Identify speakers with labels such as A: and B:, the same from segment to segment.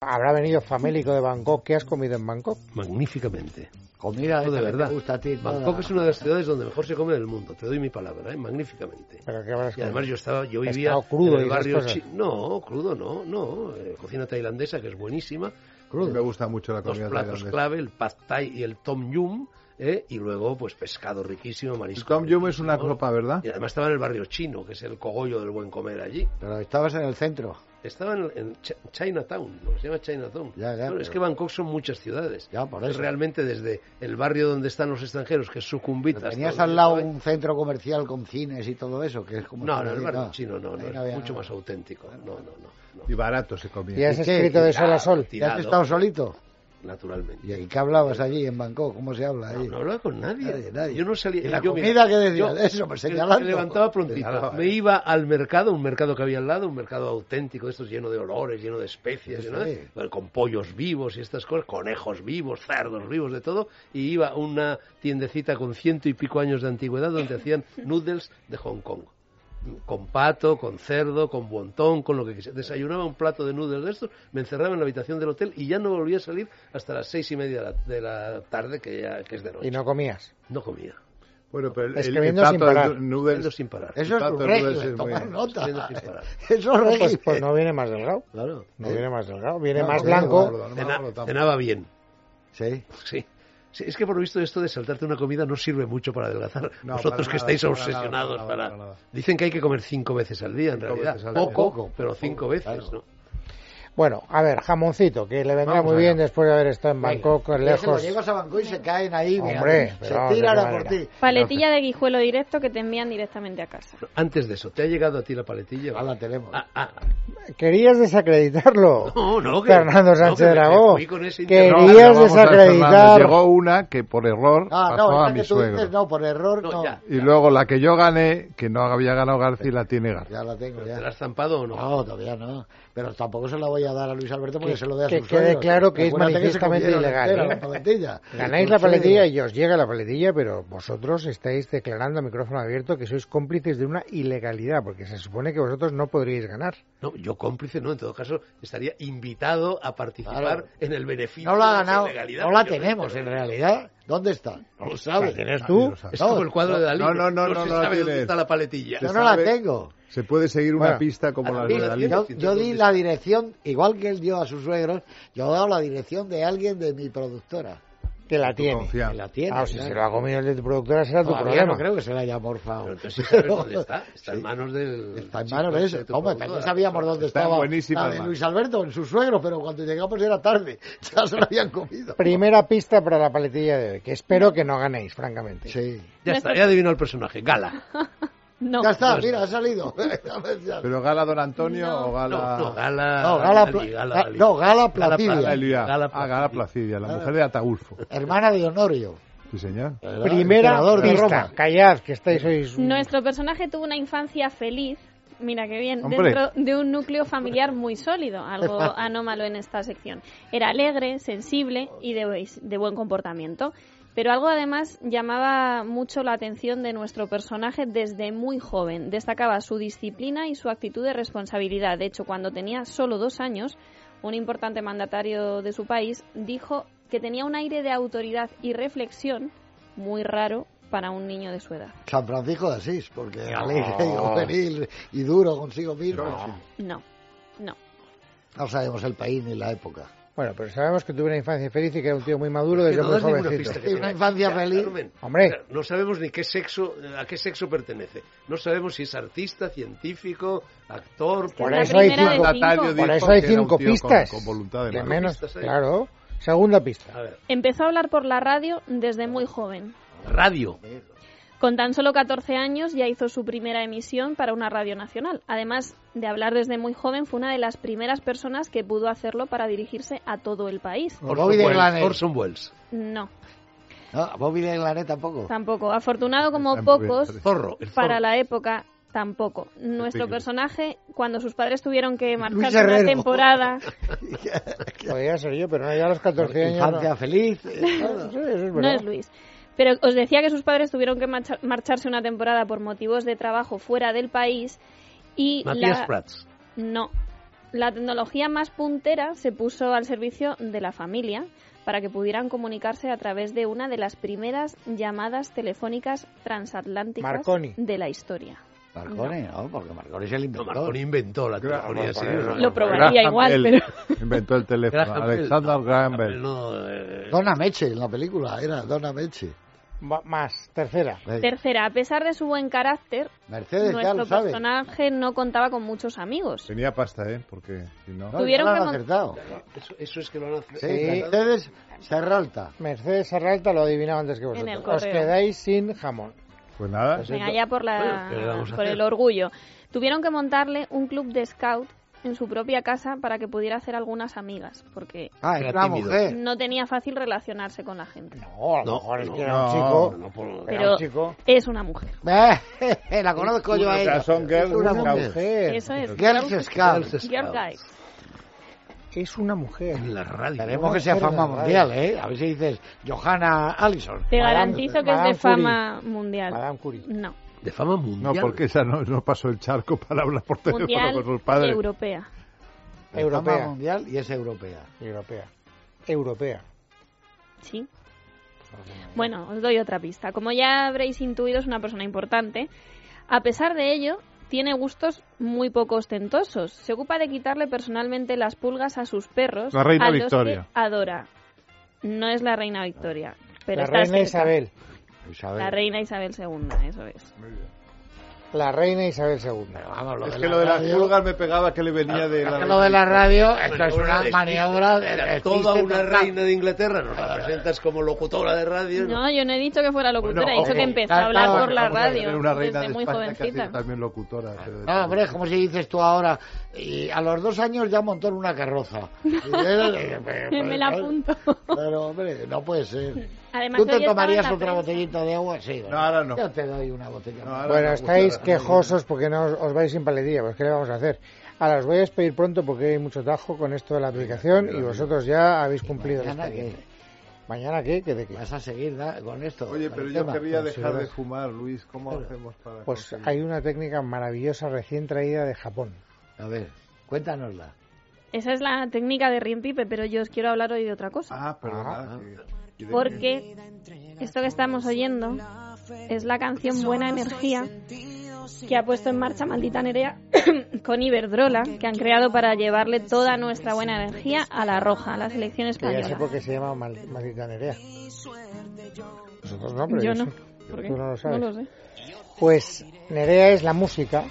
A: habrá venido famélico de Bangkok. ¿Qué has comido en Bangkok?
B: Magníficamente.
C: Comida esta
B: No, de
C: que te
B: verdad.
C: gusta a ti, nada.
B: Bangkok es una de las ciudades donde mejor se come del mundo. Te doy mi palabra, ¿eh? magníficamente.
A: Pero qué habrás
B: Y además
A: comido?
B: yo estaba, yo vivía
A: Pescado
B: en
A: crudo y
B: el
A: esas
B: barrio
A: cosas.
B: chi- No, crudo no, no. eh, cocina tailandesa que es buenísima.
D: Me gusta mucho la
B: Dos
D: comida
B: platos
D: tailandesa.
B: clave, el pad thai y el tom yum. ¿eh? Y luego, pues pescado riquísimo,
D: El
B: marisco.
D: Tom Yum es una
B: riquísimo.
D: copa, ¿verdad?
B: Y además estaba en el barrio chino, que es el cogollo del buen comer allí.
C: Pero estabas en el centro.
B: Estaba en, en Ch- Chinatown, lo que se llama Chinatown.
C: Ya, ya,
B: Claro,
C: pero-
B: Es que Bangkok son muchas ciudades.
C: Ya, por
B: Es
C: eso.
B: Realmente desde el barrio donde están los extranjeros, que es Sucumbita.
C: Pero
B: hasta
C: tenías
B: donde
C: al lado
B: yo estaba-
C: un centro comercial con cines y todo eso, que es como...
B: No, no, el
C: el
B: barrio chino no, no,
C: ahí
B: es
C: no había
B: mucho
C: nada.
B: más auténtico. No, no, no.
D: Y
B: no.
D: barato se comía.
A: ¿Y has
C: ¿Y qué?
A: escrito de sol a
B: Claro,
A: sol?
C: ¿Y has
B: tirado,
C: estado solito?
B: Naturalmente.
C: ¿Y y qué hablabas allí en Bangkok? ¿Cómo se habla
B: No,
C: ahí?
B: no hablaba con nadie.
C: Nadie, nadie.
B: Yo no salía. eh,
C: ¿Y la
B: yo,
C: comida qué decías?
B: yo-
C: Eso, pues,
B: me-
C: señalando.
B: Me levantaba prontito.
C: Señalaba,
B: Me
C: eh.
B: iba al mercado, un mercado que había al lado, un mercado auténtico, de estos lleno de olores, lleno de especies,
C: Sí,
B: lleno de- con pollos vivos y estas cosas, conejos vivos, cerdos vivos, de todo. Y iba a una tiendecita con ciento y pico años de antigüedad donde hacían noodles de Hong Kong. Con pato, con cerdo, con bontón, con lo que quisiera. Desayunaba un plato de noodles de estos, me encerraba en la habitación del hotel y ya no volvía a salir hasta las seis y media de la, de la tarde, que, ya, que es de noche.
A: Y no comías.
B: No comía.
D: Bueno, pero el,
A: Escribiendo
D: el
A: sin
D: plato
A: parar.
D: de noodles-
B: Viendo sin parar.
C: Eso es
D: Tato,
C: tu
D: no
C: régimen,
D: puede ser
C: tomar
D: muy-
C: nota.
B: Viendo sin parar.
C: Eso es ¿Eh?
A: No, pues,
C: régimen.
A: pues no viene más delgado.
C: Claro.
A: No
C: Sí.
A: viene más delgado. ¿Eh? Viene
D: No,
A: más
D: no,
A: blanco.
D: no, no, no, no,
B: Cena-
D: no, no,
B: cenaba bien,
C: Sí.
B: sí. Sí, Es que por lo visto esto de saltarte una comida no sirve mucho para adelgazar.
D: No,
B: Vosotros
D: para
B: que
D: nada,
B: estáis
D: para
B: obsesionados
D: nada, para
B: para...
D: nada, para nada.
B: Dicen que hay que comer cinco veces al día, en
D: Cinco
B: realidad.
D: veces al día.
B: Poco,
C: Poco,
B: pero cinco veces,
C: claro.
B: ¿no?
A: Bueno, a ver, jamoncito, que le vendrá
D: Vamos
A: muy
D: allá.
A: bien después de haber estado en Bangkok,
C: Ya se lo
A: lejos.
C: llevas a Bangkok y se caen ahí. mira,
A: Hombre,
C: se
A: pero
C: tiran
A: de
C: a
A: qué
C: por
A: manera.
C: ti.
E: Paletilla de guijuelo directo que te envían directamente a casa.
B: Antes de eso, ¿te ha llegado a ti la paletilla?
C: Ah, la tenemos.
B: Ah, ah,
A: Querías desacreditarlo.
B: No, no, que-
A: Fernando
B: no,
A: Sánchez
B: que me- me
A: Dragó.
B: fui con ese
A: Querías
B: interno-
D: No, vamos a ver, Fernando,
A: desacreditar.
D: Llegó una que por error
C: Ah,
D: pasó
C: no,
D: a
C: esa
D: mi
C: que tú
D: suegro.
C: dices, no, por error,
B: no,
C: no.
B: ya.
D: Y luego la que yo gané, que no había ganado García, la tiene García.
C: Ya la tengo,
B: ¿Te la
C: ya.
B: has zampado o no?
C: No, todavía no. Pero tampoco se la voy a dar a Luis Alberto porque
A: Que-
C: se lo dé a
A: que
C: sus
A: quede
C: suegros.
A: claro que es
C: Acuérdate se
A: manifiestamente
C: comieron
A: ilegal,
C: entera
A: ¿eh?
C: la paletilla.
A: Ganáis la
C: Sus
A: paletilla
C: suegros.
A: y os llega la paletilla, pero vosotros estáis declarando a micrófono abierto que sois cómplices de una ilegalidad, porque se supone que vosotros no podríais ganar.
B: No, yo cómplice no, en todo caso estaría invitado a participar
C: Claro.
B: en el beneficio
C: No la ha
B: de esa
C: ganado,
B: ilegalidad,
C: no la
B: porque yo
C: tenemos eh. en realidad. ¿Dónde está? No lo sabes.
A: ¿La tienes tú?
B: Es como el cuadro de Dalí.
D: No, no, no,
B: que
D: no,
B: se
D: no la
B: sabe dónde
D: tienes.
B: está la paletilla.
C: Yo
D: Se
C: no la
D: sabe-
C: tengo.
D: Se puede seguir una
A: Bueno,
D: pista como la
B: ahora
D: de
B: mira,
D: Dalí.
B: mira.
C: Yo, yo di la dirección, igual que él dio a sus suegros, yo he dado la dirección de alguien de mi productora.
A: Que la tiene.
D: confianza.
C: Que la tiene.
A: Ah, o si
C: ya.
A: se lo ha comido el de tu productora será tu
C: Todavía
A: problema.
C: no creo que se la haya morfado.
B: Pero entonces sí sabes dónde está. Está en manos del.
C: Está en
B: chico
C: manos de
B: este,
C: eso.
B: tu
C: Hombre,
B: productora.
C: también sabíamos dónde
D: Está en
C: estaba
D: buenísimas
C: la de
D: manos.
C: Luis Alberto, en su suegro, pero cuando llegamos era tarde. Ya se lo habían comido.
A: Primera pista para la paletilla de hoy, que espero que no ganéis, francamente.
C: Sí.
B: Ya está, ya adivinó el personaje. Gala.
E: No.
C: Ya está, mira, ha salido. A ver, ya.
D: ¿Pero gala don Antonio o gala...
B: No, no, Gala.
C: No, Gala
B: Dalí,
C: Pla-
B: Gala
C: Ga-
B: Dalí.
C: no, Gala
B: Gala
C: Placidia.
D: Gala Elia.
B: Gala
D: Ah, Gala Placidia, la mujer de Ataulfo.
C: Hermana de Honorio.
D: Sí, señor.
C: ¿verdad?
A: Primera
C: Emperador de
A: pista.
C: Roma.
A: Callad, que estáis sois un-
E: Nuestro personaje tuvo una infancia feliz, mira qué bien,
D: Hombre.
E: dentro de un núcleo familiar muy sólido, algo anómalo en esta sección. Era alegre, sensible y de, pues, de buen comportamiento. Pero algo además llamaba mucho la atención de nuestro personaje desde muy joven. Destacaba su disciplina y su actitud de responsabilidad. De hecho, cuando tenía solo dos años, un importante mandatario de su país dijo que tenía un aire de autoridad y reflexión muy raro para un niño de su edad.
C: San Francisco de Asís, porque
A: No.
C: alegre y juvenil y duro consigo mismo.
E: No, no.
C: No sabemos el país ni la época.
A: Bueno, pero sabemos que tuve una infancia feliz y que era un tío muy maduro
B: Que
A: desde
B: no
A: muy
B: das ninguna
A: jovencito.
B: pista. que
C: Sí,
B: tiene.
C: una infancia
B: Ya,
C: feliz.
B: Carmen,
A: Hombre.
B: mira, No sabemos ni qué sexo, a qué sexo pertenece. No sabemos si es artista, científico, actor.
A: Por
E: La
A: eso hay
E: primera
A: cinco,
E: de-
D: Natario
E: Por
D: dijo
A: por eso hay
D: que era un
A: cinco
D: tío con-
A: pistas.
D: Con, voluntad de
A: Que
D: mano.
A: menos,
B: Pistas hay.
A: claro. Segunda
B: A
A: pista.
B: ver,
E: Empezó a hablar por la radio desde muy joven.
B: radio.
E: Con tan solo 14 años ya hizo su primera emisión para una radio nacional. Además de hablar desde muy joven, fue una de las primeras personas que pudo hacerlo para dirigirse a todo el país.
C: Bobby de Glaner.
B: Orson Welles.
E: No,
C: No, Bobby de Glané tampoco.
E: tampoco. Afortunado como
D: Está muy bien,
E: pocos,
B: Zorro. el
E: para
B: zorro.
E: la época tampoco. Nuestro
D: Pico.
E: personaje, cuando sus padres tuvieron que marcharse una
C: Herrero.
E: temporada,
A: Podría ser yo, pero no, ya a los 14 años. no. Ah,
C: Infancia feliz. eh,
A: Sí, eso es
E: No
A: verdad.
E: es Luis. Pero os decía que sus padres tuvieron que marcha- marcharse una temporada por motivos de trabajo fuera del país y
B: Matías
E: la...
B: Prats.
E: No. La tecnología más puntera se puso al servicio de la familia para que pudieran comunicarse a través de una de las primeras llamadas telefónicas transatlánticas
A: Marconi.
E: de la historia.
C: Marconi, no. porque Marconi es el
B: No,
C: inventor.
B: Marconi inventó la
D: Graham
B: telefonía
D: Bell.
B: serial.
E: Lo probaría
D: Graham Bell
E: igual, pero-
D: Inventó el teléfono.
B: Graham Bell,
D: Alexander
B: no,
D: Graham Bell.
B: no, eh,
C: Donna Meche, en la película era Donna Meche.
A: Ma- más, tercera.
C: Eh,
E: Tercera, a pesar de su buen carácter,
C: Mercedes ya
E: nuestro
C: lo sabe.
E: personaje no contaba con muchos amigos.
D: Tenía pasta, ¿eh? Porque si no...
C: No,
E: Tuvieron
C: ya
E: que
C: lo han
E: con-
C: acertado.
B: eso, eso es que lo han
C: Sí,
B: aceptado.
C: Mercedes Serralta.
A: Mercedes Serralta lo adivinaba antes que
E: En el
A: vosotros.
E: correo.
A: Os quedáis sin jamón.
D: Pues nada.
E: Venga, ya por, la,
B: Bueno, ¿qué le vamos a
E: por
B: hacer?
E: el orgullo. Tuvieron que montarle un club de scout en su propia casa para que pudiera hacer algunas amigas, porque
C: Ah, era,
B: Era tímido.
C: mujer.
E: no tenía fácil relacionarse con la gente.
A: No, a lo
B: No,
A: mejor es
B: no,
A: que era un
D: no,
A: chico. Ah,
B: No, por-
A: Era
E: Pero-
A: un chico.
E: Es una mujer.
C: Eh, la conozco yo a
D: O
C: ella.
D: sea, son girls,
C: Es una
D: scout.
C: mujer.
A: Mujer.
E: Eso es.
C: Girls Scouts.
B: Girls
E: Girl
B: Scouts.
E: Guides.
A: Es una mujer.
B: En la radio.
C: Esperemos que sea fama mundial, ¿eh? A ver si dices Johanna Allison.
E: Te
A: Madame-
E: garantizo que es
A: Madame
E: de
A: Curie.
E: fama mundial.
A: Madame Curie.
E: No,
B: De fama mundial.
D: No, porque esa no, no pasó el charco para hablar por teléfono
E: mundial
D: con pues sus padres.
E: europea.
C: Es
A: Europea.
C: Fama mundial y es europea.
A: Europea. Europea.
E: Sí. Bueno, os doy otra pista. Como ya habréis intuido, es una persona importante. A pesar de ello, tiene gustos muy poco ostentosos. Se ocupa de quitarle personalmente las pulgas a sus perros.
D: La reina
E: a los
D: Victoria.
E: que adora. No es la reina Victoria, pero
A: la
E: está
A: reina
E: cerca.
A: Isabel.
C: Isabel.
E: La reina Isabel II, eso es.
A: La reina Isabel II.
C: Pero vamos,
D: Es que lo de las
C: radio-
D: pulgas me pegaba que le venía de la...
C: Lo de la radio, esto
B: Bueno,
C: es una
B: despiste.
C: maniobra de-
B: Era
C: de
B: toda
C: despiste
B: una
C: total.
B: reina de Inglaterra. Nos la presentas como locutora de radio. ¿no?
E: No, yo no he dicho que fuera locutora,
D: Bueno,
E: he dicho
D: ojo,
E: que empezó
C: ya
E: a hablar
C: estaba,
E: por la
D: Vamos a
E: radio
D: tener una reina
E: desde
D: de
E: muy
D: España que ha sido
E: jovencita.
D: también locutora. pero-
C: No, Ah, hombre, es como si dices tú ahora, y a los dos años ya montó en una carroza. Y él, eh,
E: Me la apunto.
C: Pero, hombre, no puede ser.
E: Además,
C: ¿Tú
E: hoy
C: te
E: estaba en
C: tomarías
E: la
C: otra
E: prensa.
C: botellita de agua? Sí, ¿verdad?
D: No, ahora no.
C: Yo te doy una botella.
D: No, ahora
A: Bueno,
D: no,
A: estáis
D: gustará.
A: quejosos porque no os, os vais sin paletilla, pues ¿qué le vamos a hacer? Ahora os voy a despedir pronto porque hay mucho tajo con esto de la aplicación y vosotros ya habéis cumplido. los
C: Mañana que
A: tiempos. ¿Mañana qué? ¿Qué de qué?
C: vas a seguir ¿da? con esto.
D: Oye,
C: con
D: pero
C: el
D: yo
C: tema. pues, eh,
D: quería dejar de
A: verás.
D: fumar, Luis. ¿Cómo hacemos para...?
A: Pues
D: conseguirlo?
A: hay una técnica maravillosa recién traída de Japón.
C: A ver, cuéntanosla.
E: Esa es la técnica de Riempipe, pero yo os quiero hablar hoy de otra cosa.
D: Ah, perdona. sí.
E: Porque esto que estamos oyendo es la canción Buena Energía que ha puesto en marcha Maldita Nerea con Iberdrola, que han creado para llevarle toda nuestra buena energía a la roja, a la selección
A: Que ya sé
E: española.
A: por qué se llama mal, maldita Nerea. Nosotros no, pero
E: Yo
A: yo
E: no.
A: sé.
E: ¿Por qué?
A: Tú no lo sabes.
E: sé.
A: Pues Nerea es la música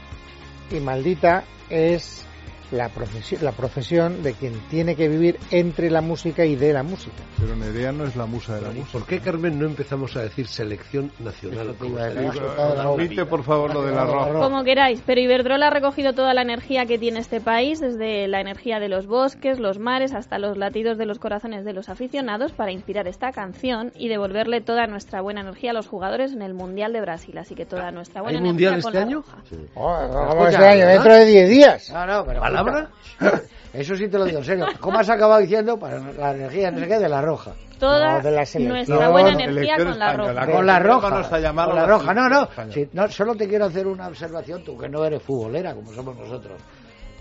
A: y maldita es la profesión, la profesión de quien tiene que vivir entre la música y de la música.
D: Pero Nerea no es la musa de la
B: ¿Y
D: música.
B: ¿Por qué, Carmen, no empezamos a decir selección nacional?
C: Esto te iba a
B: Como
C: decir.
B: está dicho.
D: Repite, por favor, lo de la roja.
E: Como queráis, pero Iberdrola ha recogido toda la energía que tiene este país, desde la energía de los bosques, los mares, hasta los latidos de los corazones de los aficionados, para inspirar esta canción y devolverle toda nuestra buena energía a los jugadores en el Mundial de Brasil. Así que toda nuestra buena
B: Ah, ¿Hay
E: energía.
B: mundial
E: con
B: este
E: la
B: año?
E: roja.
A: Oh, vamos
B: escucha,
A: este año,
B: ¿verdad?
A: dentro de 10 días.
C: No, no, pero
B: ¿Palabra?
C: Eso sí te lo digo en serio. ¿Cómo has acabado diciendo para la energía, no sé qué, de la roja?
E: Toda
A: No, de la selección.
E: nuestra buena
D: No,
E: energía
D: selección
E: con la
D: española.
E: roja.
C: Con la roja.
D: Vamos a llamarlo
C: con la
D: la
C: roja. No, no,
D: Española.
C: si- no. Solo te quiero hacer una observación, tú que no eres futbolera como somos nosotros.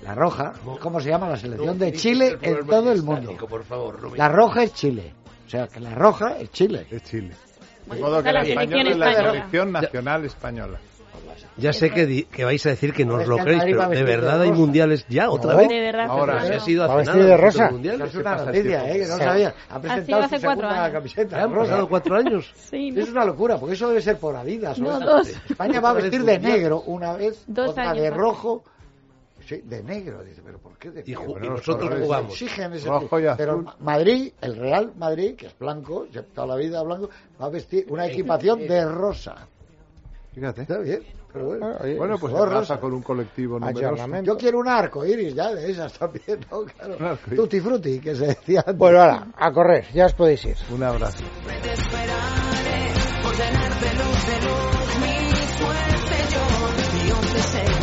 C: La roja, es como se llama la selección de Chile en todo el mundo.
B: Por favor, no me-
C: La roja es Chile. O sea, que la roja es Chile.
D: Es Chile. De
E: Bueno,
D: modo que
E: la
D: la
E: selección
D: española es la
E: española.
D: selección nacional española.
B: Ya sé que, di- que vais a decir que no os
C: Es
B: lo
C: que
B: creéis,
C: Madrid va
B: pero ¿de
C: vestido de
B: verdad hay
C: rosa.
B: mundiales ya otra
A: No.
B: vez?
E: De verdad,
D: Ahora,
E: Fernando.
B: Si ha sido hace
A: Va
B: nada
A: vestido de
B: el
A: rosa.
B: mundial,
C: Eso
B: ¿qué
C: es una
B: pasa el
C: noticia,
B: tiempo?
C: ¿eh? Que no
A: Sí.
C: sabía. Ha presentado
E: hace
C: su
E: cuatro
C: segunda
E: años.
C: camiseta.
B: ¿Ya han
C: roja.
B: pasado cuatro años?
E: Sí,
C: Es una locura, porque eso debe ser por Adidas.
E: No,
C: o esa-
E: dos.
C: España va a vestir de negro una vez,
E: Dos
C: otra
E: años
C: de
E: más.
C: rojo. Sí, de negro. Dice, pero ¿por qué de
B: Y
C: negro?
B: ju- y
C: Pero
B: nosotros
C: los
B: jugamos.
C: exigen ese
D: Rojo
C: tipo.
D: y azul.
C: Pero Ma- Madrid, el Real Madrid, que es blanco, se- toda la vida blanco, va a vestir
B: Eh,
C: una equipación de rosa.
D: Fíjate.
C: Está bien, pero bueno.
A: Ah, oye,
D: Bueno, pues
C: Rosa.
D: enlaza con un colectivo
A: hay
D: numeroso.
A: ornamento.
C: Yo quiero un arco iris ya de esas también, ¿no? Claro.
D: Un arco iris.
C: Tutti frutti, que se decía antes.
A: Bueno, ahora, a correr, ya os podéis ir.
D: Un abrazo.
F: por tenerte luz de luz, mi suerte yo, Dios te sé.